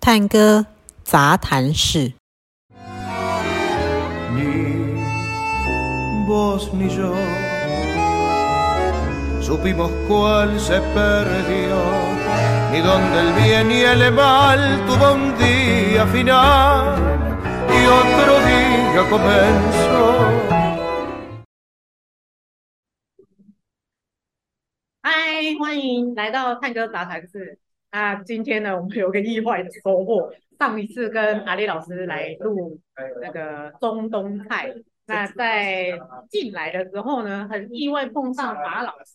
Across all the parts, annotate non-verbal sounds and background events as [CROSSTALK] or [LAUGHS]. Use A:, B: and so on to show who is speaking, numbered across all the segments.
A: 探戈杂谈室。
B: Ni vos ni yo supimos cuál se perdió, ni dónde el bien y el mal tuvo un día final y otro día comenzó.
C: 嗨，欢迎来到探戈杂谈室。那今天呢，我们有个意外的收获。上一次跟阿丽老师来录那个中东菜，那在进来的时候呢，很意外碰上马老师，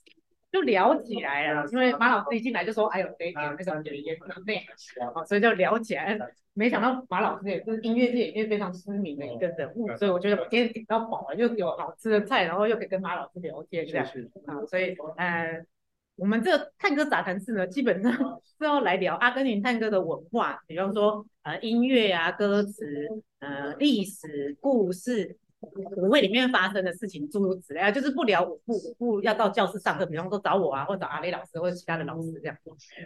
C: 就聊起来了。因为马老师一进来就说：“哎呦，这一点那个语言很内啊，所以就聊起来。没想到马老师也是音乐界里面非常知名的一个人物，所以我觉得我今天顶到饱了，又有好吃的菜，然后又可以跟马老师聊天这样啊，所以呃，我们这个探戈杂谈室呢，基本上是要来聊阿根廷探戈的文化，比方说呃音乐啊、歌词、呃历史、故事、舞会里面发生的事情，诸如此类啊，就是不聊舞步，舞步要到教室上课，比方说找我啊，或找阿雷老师或者其他的老师这样。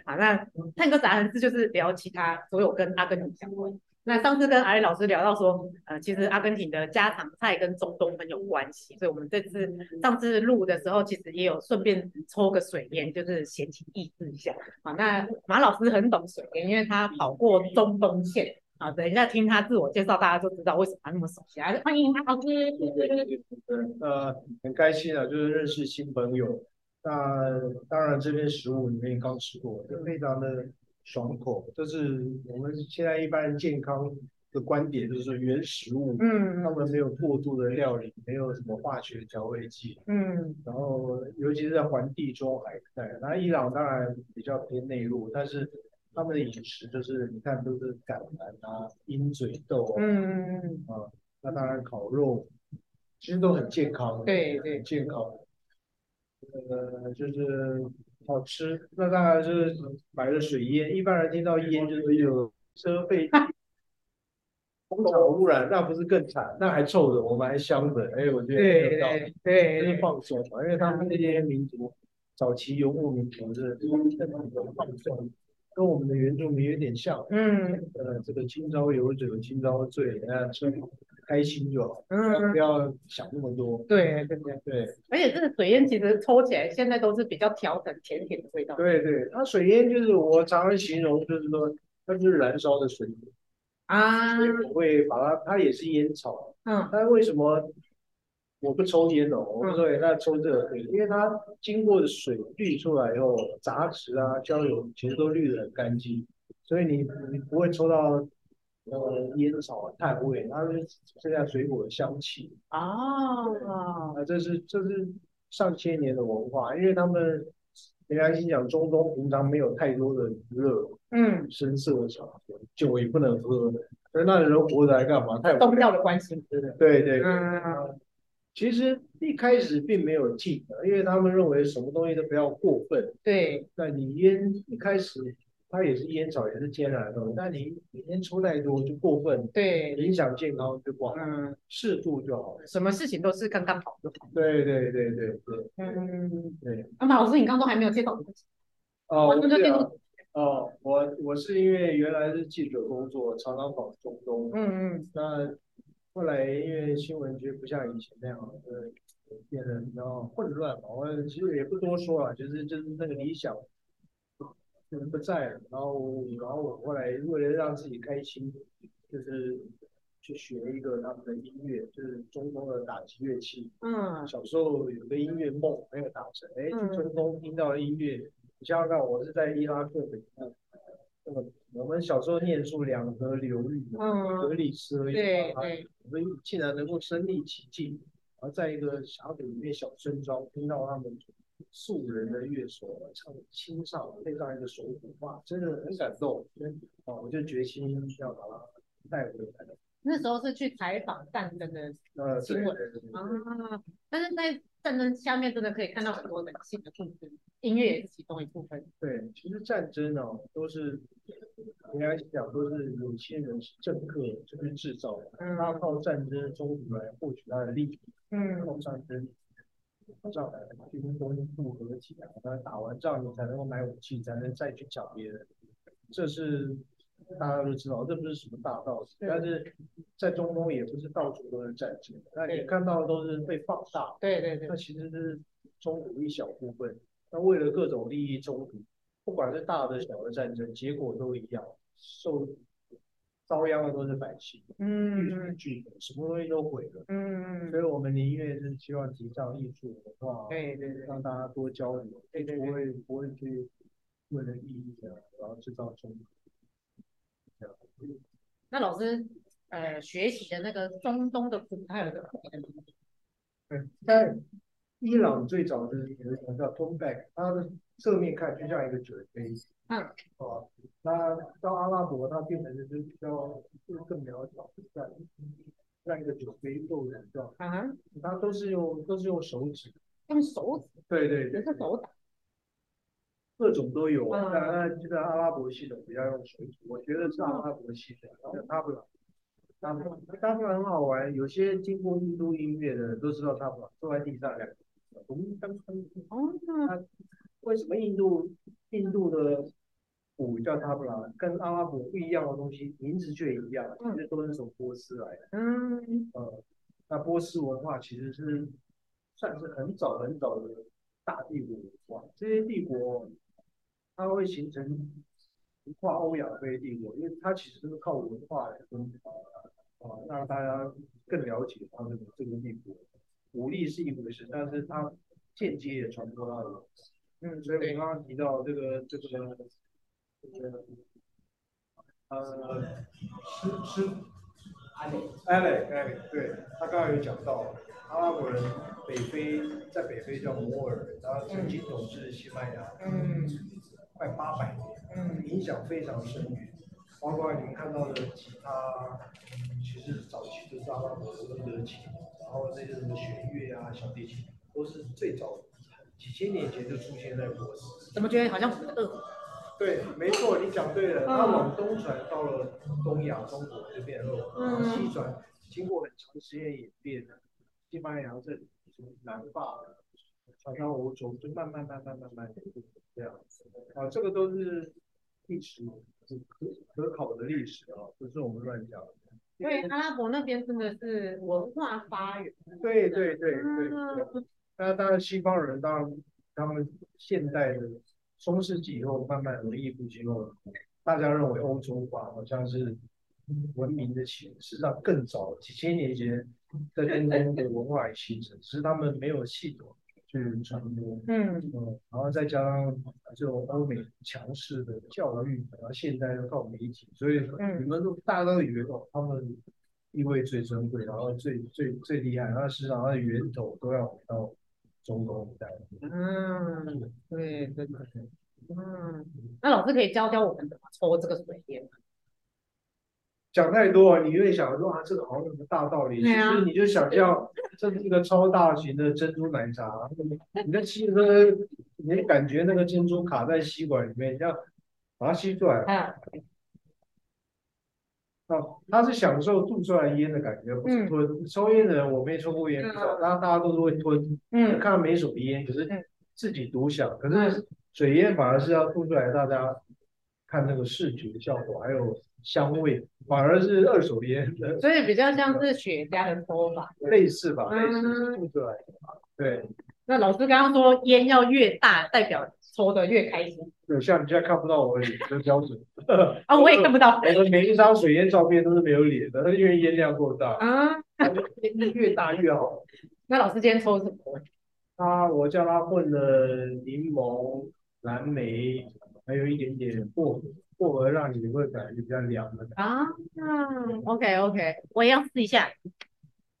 C: 好，那探戈杂谈室就是聊其他所有跟阿根廷相关。那上次跟阿雷老师聊到说，呃，其实阿根廷的家常菜跟中东很有关系，所以我们这次
D: 嗯
C: 上次录的时候，其实也有顺便抽个水烟，就是闲情逸致一下啊。那马老师很懂水烟，因为他跑过中东线啊。等一下听他自我介绍，大家就知道为什么他那么熟悉啊。欢迎马老师，
D: 对对对对对，那很开心啊，就是认识新朋友。那当然，这边食物你们也刚吃过，就非常的爽口。这是我们现在一般人健康的观点，就是原食物，他
C: 嗯
D: 们没有过度的料理，没有什么化学调味剂。
C: 嗯
D: 然后，尤其是在环地中海一带，那伊朗当然比较偏内陆，但是他们的饮食就是你看都是橄榄啊、鹰嘴豆啊，
C: 嗯，
D: 啊，那当然烤肉其实都很健康的，
C: 对对
D: 很健康的。呃，就是好吃，那当然是买了水烟。一般人听到烟就是有车费，工厂污染，那不是更惨？那还臭的，我们还香的。哎，我觉得很有
C: 对
D: 道理
C: 对对
D: 就是
C: 对，
D: 放松嘛，因为他们那些民族早期游牧民族是那种放松，跟我们的原住民有点像。
C: 嗯
D: 呃，这个今朝有酒今朝醉，大家吃开心就好，
C: 嗯
D: 不，要想那么多。
C: 对对对，
D: 对
C: 而且这个水烟其实抽起来现在都是比较调成甜甜的味道。
D: 对对，它水烟就是我常常形容，就是说它就是燃烧的水果，
C: 啊，
D: 所以我会把它，它也是烟草，
C: 嗯
D: 但为什么我不抽烟哦？我不抽烟，那抽这个可以，因为它经过水滤出来以后，杂质啊、焦油其实都滤得很干净，所以你你不会抽到呃烟草碳味，它就剩下水果的香气。
C: 哦，
D: 啊，这是这是上千年的文化，因为他们平常心讲，中东平常没有太多的娱乐
C: 嗯，
D: 声色场合，酒也不能喝，所以那人活着来干嘛？太无
C: 宗
D: 聊
C: 教的关系，对对，
D: 对对对。
C: 嗯
D: 啊其实一开始并没有禁的，因为他们认为什么东西都不要过分。
C: 对，
D: 那你烟一开始它也是烟草，也是天然的东西，但你每天抽太多就过分，
C: 对，
D: 影响健康就不好，
C: 嗯，
D: 适度就好。
C: 什么事情都是刚刚好就好。
D: 对对对对对
C: 嗯，
D: 对。
C: 那马老师，你刚刚都还没有介绍自己，
D: 哦，
C: 那
D: 我
C: 就
D: 这
C: 进
D: 样，哦，我我是因为原来是记者工作，常常跑中东，
C: 嗯嗯
D: 那后来因为新闻局不像以前那样，呃，变得比较混乱嘛。我其实也不多说了，就是就是那个理想人不在了，然后然后我后来为了让自己开心，就是去学一个他们的音乐，就是中东的打击乐器。
C: 嗯，
D: 小时候有个音乐梦没有达成，哎，去
C: 嗯
D: 中东听到音乐，你想想看，我是在伊拉克北部，那么呃我们小时候念书两河流域嘛，
C: 嗯
D: 格里斯河
C: 对
D: 与巴哈，
C: 对，
D: 啊我们竟然能够身临其境，然后在一个峡谷里面小村庄听到他们素人的乐手唱清唱，配上一个手鼓，哇，真的很感动，啊，我就决心要把它带回来。
C: 那时候是去采访战争的
D: 呃，对
C: 新闻
D: 对对对
C: 啊，但是在战争下面真的可以看到很多人性的故事，音乐也是其中一部分。
D: 对，其实战争呢、都是应该讲都是有些人是政客就是制造的，他
C: 嗯
D: 靠战争中途来获取他的利益，
C: 嗯，
D: 靠战争仗来军工复合体啊，那打完仗你才能够买武器，才能再去抢别人，这是大家都知道，这不是什么大道理，但是在中东也不是到处都是战争，那你
C: 对
D: 看到的都是被放大，
C: 对对对
D: 那其实是中途一小部分，那为了各种利益冲突，不管是大的小的战争，结果都一样，受遭殃的都是百姓，
C: 嗯
D: 一
C: 嗯
D: 举什么东西都毁了。
C: 嗯
D: 所
C: 嗯，
D: 以我们宁愿是希望提倡艺术文化，
C: 对对对
D: 让大家多交流，
C: 对对
D: 不
C: 对
D: 会不会去为了利益啊，然后制造冲突。这样
C: 那老师呃学习的那个中东的古泰尔的古典吗，嗯呃
D: 在伊朗最早就是有一种叫 t o m b a c 它的侧面看就像一个酒杯。
C: 嗯。
D: 哦，那到阿拉伯，它变成就是比较就是更渺小，像像一个酒杯构成这样，
C: 啊哈，
D: 它都是用都是用手指。
C: 用手指，
D: 对对
C: 人
D: 对
C: 是，手打，
D: 各种都有。当
C: 嗯
D: 然，这个阿拉伯系统比较用手指，我觉得是阿拉伯系统，它不。他们他们很好玩，有些经过印度音乐的都知道他们坐在地上两个，咚当当当
C: 哦，
D: 为什么印度印度的鼓叫塔布拉，跟阿拉伯不一样的东西，名字却一样，
C: 嗯
D: 其实都是从波斯来的。
C: 嗯
D: 呃，那波斯文化其实是算是很早很早的大帝国文化，这些帝国它会形成不跨欧亚非帝国，因为它其实是靠文化来分啊、呃让大家更了解他们这个帝国。武力是一回事，但是它间接也传播到了。
C: 嗯，
D: 所以我
C: 对
D: 们刚刚提到这个这个这个呃，师师 Alex Alex，对他刚刚有讲到阿拉伯人北非在北非叫摩尔，他曾经统治西班牙
C: 嗯
D: 快八百年，
C: 嗯
D: 影响非常深远。包括你们看到的吉他，其实早期都是阿拉伯温德琴，然后这些什么弦乐啊、小提琴，都是最早几千年前就出现在波斯。
C: 怎么觉得好像我们的俄国？
D: 对，没错，你讲对了。
C: 嗯
D: 它往东传到了东亚、中国这边后，
C: 嗯
D: 往西传经过很长时间演变，西班牙这里从南法传到欧洲，就慢慢、慢慢、慢慢地就这样子。啊，这个都是历史可可考的历史啊，不是我们乱讲的。
C: 因为阿拉伯那边真的是文化发源，
D: 对对对对对。
C: 嗯
D: 那当然，西方人当然他们现代的中世纪以后慢慢文艺复兴后，大家认为欧洲化好像是文明的起源，实际上更早几千年前在中东的文化也形成，只是他们没有系统去传播。
C: 嗯
D: 嗯，然后再加上这种欧美强势的教育，然后现在又靠媒体，所以
C: 嗯
D: 你们都大家都以为哦，他们地位最珍贵，然后最最最厉害，然后实际上它的源头都要回到中东一带。
C: 嗯，对对对，嗯，那老师可以教教我们怎么抽这个水烟吗？
D: 讲太多啊，你越想说啊，这个好像有什么大道理，其
C: 对啊
D: 实你就想象这是一个超大型的珍珠奶茶，你的汽车，你就感觉那个珍珠卡在吸管里面，你要把它吸出来。
C: 啊，
D: 哦，他是享受吐出来烟的感觉，不是
C: 嗯
D: 吞。抽烟的人我没抽过烟，不知道，
C: 嗯
D: 大家大家都是会吞，
C: 嗯
D: 看没什么烟，可
C: 嗯
D: 是自己独享。可是水烟反而是要吐出来，大家看那个视觉效果，还有香味，反而是二手烟的
C: 所以比较像是雪茄的抽法。
D: 类似吧，类似
C: 嗯
D: 吐出来的吧。对，
C: 那老师刚刚说烟要越大，代表抽的越开心
D: 有像你现在看不到我的脸的标准，
C: 啊，
D: 哦
C: 我也看不到
D: 我的每一张水烟照片都是没有脸的，因为烟量够
C: [LAUGHS]
D: 大，
C: 啊。
D: 越大越好。
C: 那老师今天抽什么？
D: 他我叫他混了柠檬、蓝莓，还有一点点薄荷，薄荷让你会感觉比较凉的感觉。
C: 啊，OK OK，我也要试一下。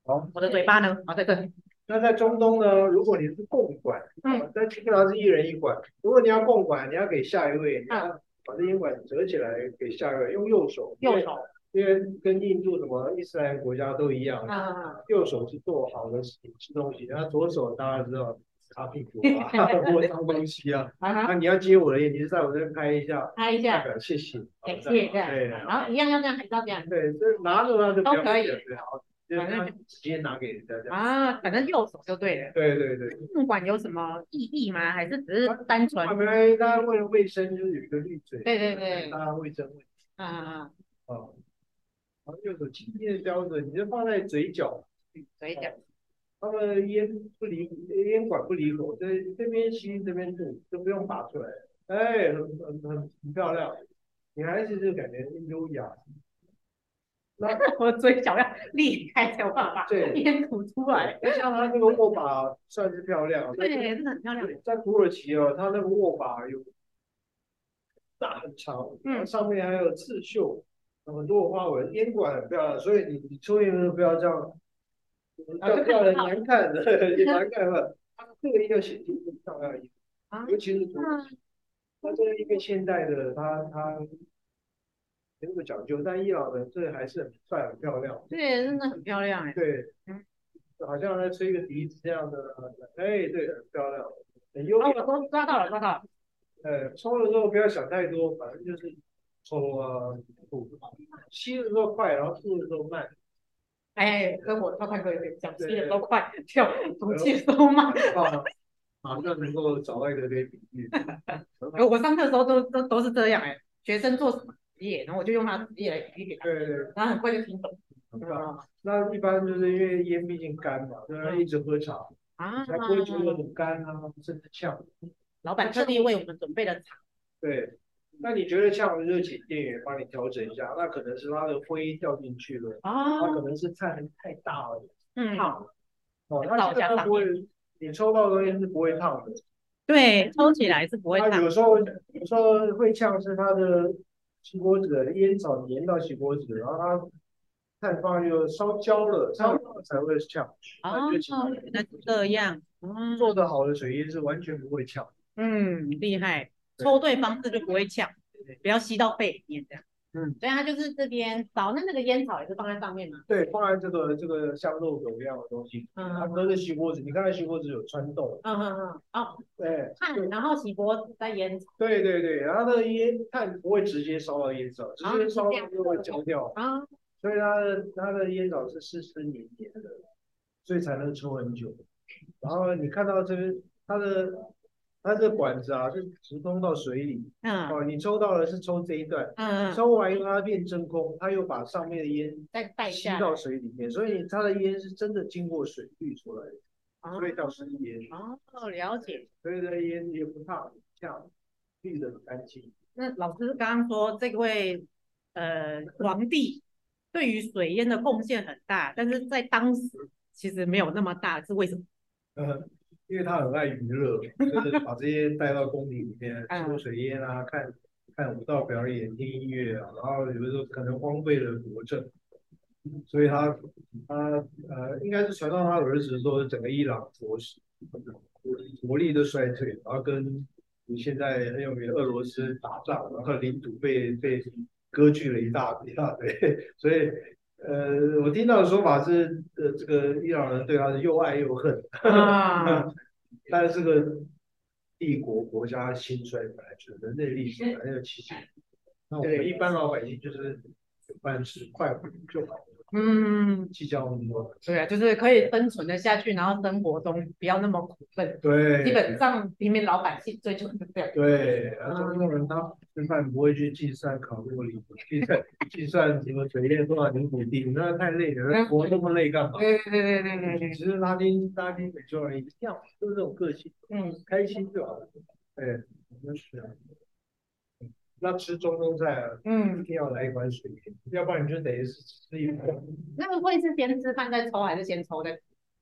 D: 好，
C: 我的嘴巴呢？哦好，在这里。
D: 那在中东呢，如果你是共管，
C: 嗯，
D: 在基本上是一人一管。如果你要共管，你要给下一位，你要把这烟管折起来给下一位，用右手，因
C: 右
D: 为
C: 手。
D: 因为跟印度什么伊斯兰国家都一样，
C: 啊，
D: 右手是做好的吃吃东西，然后左手大家知道擦屁股啊，
C: [LAUGHS]
D: 或脏东西啊。
C: 好好，
D: 那你要接我的烟，你就在我这边拍一下。
C: 拍一
D: 代
C: 下，
D: 表谢谢，
C: 感谢这样。
D: 对
C: 然后一样要这样，还是要这样。
D: 对，这拿着呢就不要
C: 都可以
D: 对对好就是
C: 反正
D: 他直接拿给人家这样。
C: 啊，反正右手就对了。
D: 对对对，
C: 不管有什么意义吗？还是只是单纯
D: 啊，？没关系，大家为了卫生就是有一个绿嘴，
C: 对对对
D: 大家卫生问题。
C: 啊啊，
D: 啊，然后又有轻蔑标准，你就放在嘴角，
C: 嘴角， [LAUGHS]
D: 他们烟不离烟管不离口，这这边吸这边吐都不用拔出来，哎，很很很很漂亮，女孩子就感觉优雅，那
C: 我嘴角要裂开才有办法 [LAUGHS]
D: 对
C: 烟吐出来。
D: 对像她那个握把算是漂亮，
C: 对，真的很漂亮。
D: 在土耳其哦，它那个握把有大很长，
C: 嗯
D: 上面还有刺绣，很多花纹，烟管很漂亮，所以你你抽烟的时候不要这样，
C: 啊
D: 这样很难看的， [LAUGHS] 也难看
C: [LAUGHS]
D: 的。它特意要显出这个漂亮的衣
C: 啊
D: 服，尤其是土耳其，它这个因为现代的它它没那么讲究，但伊朗的这还是很帅很漂亮。
C: 对，真的很漂亮哎。
D: 对
C: 嗯，
D: 好像在吹个笛子这样的，哎，对，很漂亮，很优
C: 啊，
D: 雅
C: 我。都抓到了，抓到了。
D: 呃，抽的时候不要想太多，反正就是抽啊吐，吸的时候快，然后吐的时候慢，
C: 哎，跟我跳探戈有点像，
D: 对
C: 吸的都快，跳吐气的都慢。
D: 啊，马上能够找到一个可以比喻。
C: 哎，我上课的时候都都都是这样哎，学生做什么职业，然后我就用他的职业来举例给他，
D: 对对，
C: 然后很快就听懂。
D: 对吧？那一般就是因为烟毕竟干嘛，虽然一直喝茶，
C: 啊，
D: 才不会觉得很干啊，甚至呛。
C: 老板特地为我们准备了茶。
D: 对，那你觉得呛的就请店员帮你调整一下，那可能是他的灰掉进去了，他
C: 啊，
D: 可能是菜太大了，
C: 嗯，好，
D: 哦，那其实它不会，你抽到的东西是不会烫的。
C: 对，抽起来是不会
D: 它
C: 烫。
D: 有时候有时候会呛是它的起锅子烟草粘到起锅子，然后它碳放就烧焦了，烧焦了才会呛。
C: 哦，原来是这样。嗯
D: 做得好的水烟是完全不会呛。
C: 嗯，厉害，
D: 对
C: 抽对方式就不会呛，不要吸到肺里面这样。
D: 嗯，
C: 所以它就是这边烧，那那个烟草也是放在上面嘛。
D: 对，放在这个这个像肉狗一样的东西，
C: 嗯
D: 它
C: 嗯
D: 隔着锡箔纸，你看它锡箔纸有穿洞，
C: 嗯嗯嗯，哦，
D: 哎，
C: 看，然后洗脖子再烟草
D: 对对对，然后它的烟碳不会直接烧到烟草，直
C: 啊
D: 接烧
C: 是这
D: 到
C: 样
D: 就会焦掉，
C: 啊，
D: 所以它的它的烟草是湿湿黏黏的，所以才能抽很久。然后你看到这边它的它这管子啊是直通到水里
C: 嗯
D: 哦，你抽到的是抽这一段，
C: 嗯嗯，
D: 抽完以后它变真空，它又把上面的烟
C: 再带
D: 吸
C: 下来
D: 到水里面，所以它的烟是真的经过水滤出来的，
C: 哦
D: 所以叫生烟，
C: 哦，了解。
D: 所以它的烟也不烫，像滤的很干净。
C: 那老师刚刚说这位呃皇帝对于水烟的贡献很大，但是在当时其实没有那么大，是为
D: [LAUGHS]
C: 什么？
D: 嗯， [LAUGHS] 因为他很爱娱乐，就是把这些带到宫里里面
C: 嗯
D: 抽水烟啊，看看舞蹈表演、听音乐啊，然后有的时候可能荒废了国政，所以他他呃，应该是传到他儿子说，整个伊朗国势国力的衰退，然后跟现在很有名的俄罗斯打仗，然后领土被被割据了一大一大堆，所以。呃，我听到的说法是，呃，这个伊朗人对他是又爱又恨，
C: 啊，
D: 但是这个帝国国家兴衰本来就是人类历史本来就起起伏伏，那我们
C: 对
D: 一般老百姓就是有饭吃，快活就好，
C: 嗯。
D: 计较那么多。
C: 对啊，就是可以生存的下去，然后生活中不要那么苦闷。
D: 对，
C: 基本上平民老百姓追求是这样。
D: 对，然后中国人他吃饭不会去计算卡路里，计算计算什么水液多少尼古丁，那太累了，活那么累干嘛？
C: 对对对对对对
D: 其实拉丁拉丁美洲人一样，都是这种个性。
C: 嗯，
D: 开心就好。对，真是。啊那吃中东菜啊，一
C: 嗯，
D: 定要来一碗水烟，要不然你就等于是吃一碗。
C: 那个会是先吃饭再抽，还是先抽再？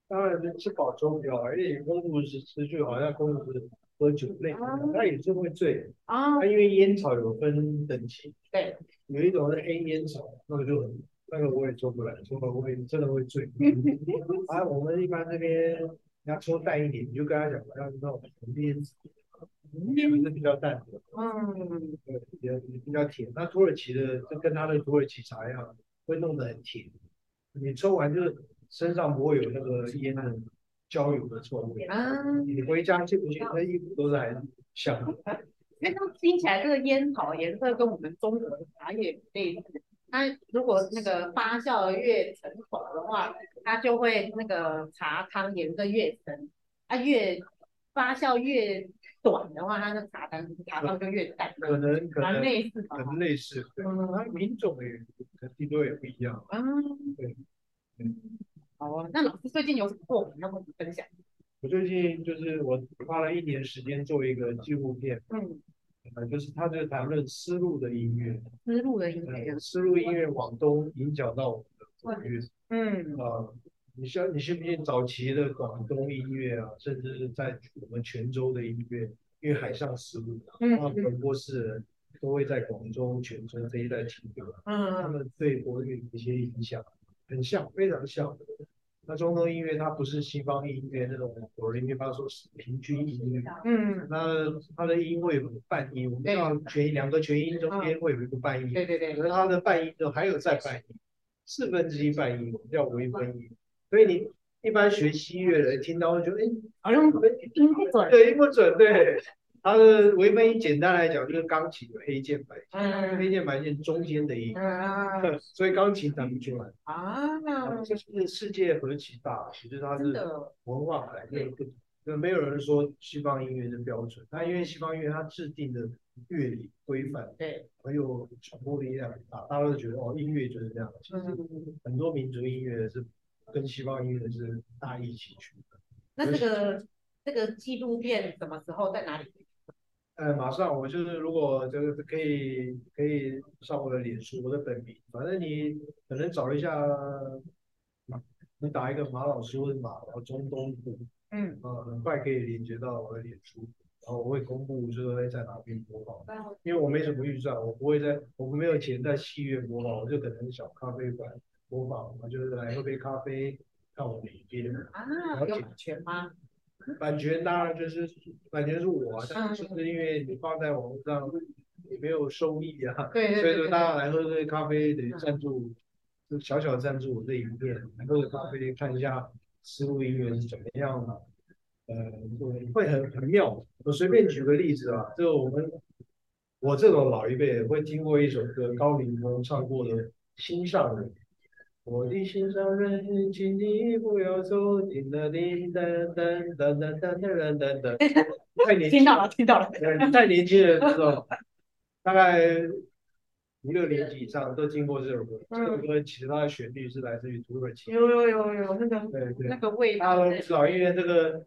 D: 当然是吃饱中药，而且你空腹时吃就好像空腹时喝酒类似的，那也是会醉。
C: 啊，
D: 它因为烟草有分等级，
C: 对，
D: 有一种是黑烟草，那个就很，那个我也做不来，做了我也真的会醉。啊，我们一般这边你要抽淡一点，你就跟他讲，我要那种红烟草，红烟是比较淡的。
C: 嗯，
D: 对，也比较甜。那土耳其的就跟它的土耳其茶一样，会弄得很甜。你抽完就身上不会有那个烟的焦油的臭味。
C: 啊，
D: 你回家去不去？那衣服都是还香的。
C: 那这样听起来，这个烟草的颜色跟我们中国的茶叶类似。它如果那个发酵得越成熟的话，它就啊会那个茶汤颜色越深，它越发酵越短的话，它那卡单卡上就越淡，
D: 可能可
C: 蛮
D: 能
C: 类似的
D: 可
C: 哈
D: 能。类似，对，它品种也可能最多也不一样，
C: 嗯，
D: 对，嗯，
C: 好哦。那老师最近有什么作品要跟我们分享？
D: 我最近就是我花了一年时间做一个纪录片，
C: 嗯，
D: 呃，就是它就是谈论丝路的音乐，
C: 思路的音乐
D: 呃，。丝路音乐往东影响到我们的音乐
C: 嗯
D: 啊，你像你信不信早期的广东音乐啊，甚至是在我们泉州的音乐，因为海上丝路嘛，
C: 嗯
D: 那广播市人都会在广州、泉州这一带停留，啊他
C: 嗯
D: 们对国语的一些影响很像，非常像。那中东音乐它不是西方音乐那种，有人一般说是平均音乐，
C: 嗯，
D: 那它的音会有半音，我们知道全两个全音中
C: 嗯
D: 间会有一个半音，
C: 对对对
D: 可，是它的半音就还有再半音，四分之一半音，我们叫微分音。所以你一般学西乐的人听到会觉得，哎，
C: 好像音不准。
D: 对，音不准，对。它的微分音简单来讲就是钢琴有黑键白键，
C: 嗯
D: 黑键白键中间的音，
C: 嗯
D: 所以钢琴弹不出来。
C: 啊，
D: 这是世界何其大，其实它
C: 真
D: 是
C: 的，
D: 文化本来就不同，就没有人说西方音乐是标准。那因为西方音乐它制定的乐理规范
C: 对，
D: 很有传播力量很大，大家都觉得哦，音乐就是这样。其实
C: 嗯，
D: 很多民族音乐是跟西方音乐是大一起去的。
C: 那这个这个纪录片什么时候在哪里？
D: 呃，马上我就是如果这个可以可以上我的脸书，我的本名，反正你可能找一下，你打一个马老师或者马老中东部，
C: 嗯，
D: 呃，很快可以连接到我的脸书，然后我会公布就是会在哪边播放。
C: 嗯
D: 因为我没什么预算，我不会在，我没有钱在戏院播放，我就可能小咖啡馆播放，我就是来喝杯咖啡，看我的影片。
C: 啊，有版权吗？
D: 版权当然就是版权是我啊，但是就是因为你放在网络上也没有收益啊，
C: 对对
D: 所以
C: 对
D: 说
C: 对
D: 大家
C: 对，
D: 来喝杯咖啡得赞助，就小小赞助我这影片，来喝个咖啡看一下思路音乐是怎么样的、呃，会会很很妙。我随便举个例子啊，就我们我这种老一辈会听过一首歌，高凌风唱过的《心上人》。我的心上人，请你不要走，叮当叮当当当当当当当当。太年轻
C: 听到了，听到了。
D: 呃，太年轻人知道，大概五六年级以上都听过这首歌。这首歌其实它的旋律是来自于土耳其，
C: 有有有有那个
D: 对对啊
C: 那。个味
D: 大
C: 道
D: 家都
C: 在，
D: 知道，因为这个，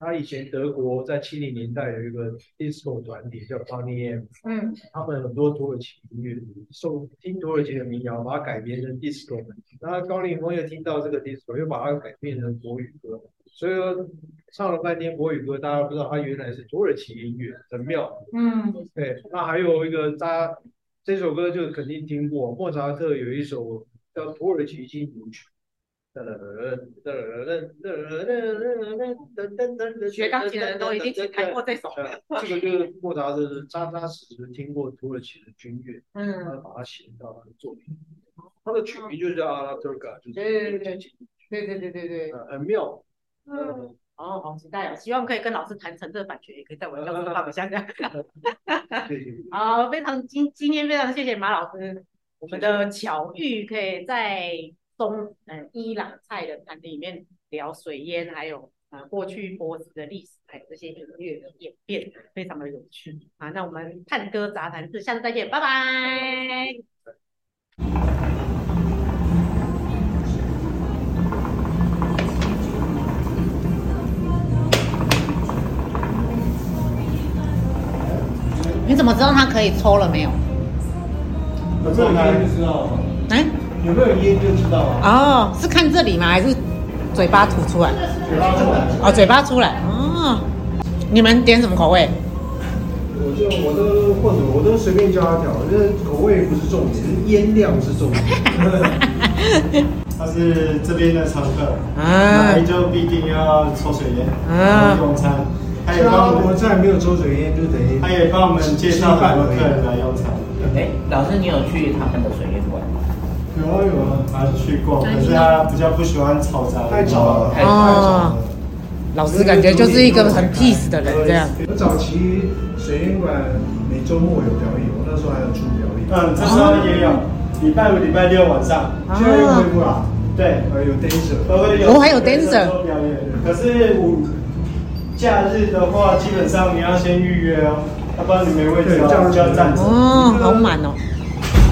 D: 他以前德国在七零年代有一个 disco 团体叫 Bonnie M，
C: 嗯
D: 他们很多土耳其音乐，受听土耳其的民谣，把它改编成 disco。然后高凌风又听到这个 disco，又把它改编成国语歌，所以说唱了半天国语歌，大家不知道它原来是土耳其音乐，很妙。
C: 嗯
D: 对，那还有一个大家这首歌就肯定听过，莫扎特有一首叫《土耳其进行曲》。
C: 学钢琴的人都一定去弹过这首， [LAUGHS]
D: 这个就是莫扎特是扎扎实实听过土耳其的军乐，然后
C: 嗯，
D: 把它写到他的作品。他的曲名就叫《阿拉特嘎》，就是
C: 对对对对对对对对，
D: 呃很妙。
C: 嗯，哦，好期待哦，希望可以跟老师谈成这个版权，也可以在我的教室放一下这样。
D: 谢谢。
C: [LAUGHS] 好，非常今今天非常谢谢马老师，我们的巧遇可以在中嗯伊朗菜的谈里面聊水烟，还有啊、呃过去波斯的历史，还有这些音乐的演变，非常的有趣啊。那我们探戈杂谈室，下次再见，拜拜。你怎么知道他可以抽了没有？
D: 有没有烟就知道，
C: 哎
A: 嗯，
D: 有没有烟就知道啊。
A: 哦，是看这里吗？还是嘴巴吐出来？
D: 嘴巴出来，
A: 哦，嘴巴出来。哦，你们点什么口味？
D: 我就我都混了，我都随便叫他调，这口味不是重点，是烟量是重点。
E: 他是这边的常客，来
A: 嗯
E: 就必定要抽水烟，
A: 啊
E: 然后用餐，他也
D: 虽然
E: 帮我
D: 我
E: 们，
D: 再没有抽水烟，就等于
E: 他也帮我们介绍很多客人来用餐。
F: 哎，老师，你有去他们的水烟馆吗？
E: 有啊有啊，他去过，可是他比较不喜欢嘈杂的地方，
D: 太吵了
E: 太
A: 哦，老师感觉就是一个很 peace 的人这样。
D: 我早期水烟馆每周末有表演，我那时候还有出表演，
E: 嗯，这时候也有，礼拜五、礼拜六晚上，
A: 啊
D: 现在又恢复了，
E: 对，
D: 呃，有啊 dancer，
E: 都会有。
A: 哦还有 dancer
E: 做表演，可是我假日的话，基本上你要先预约哦，要不然你没位置
D: 对这样
E: 哦，
D: 子
E: 就要站着。
A: 哦，好满哦。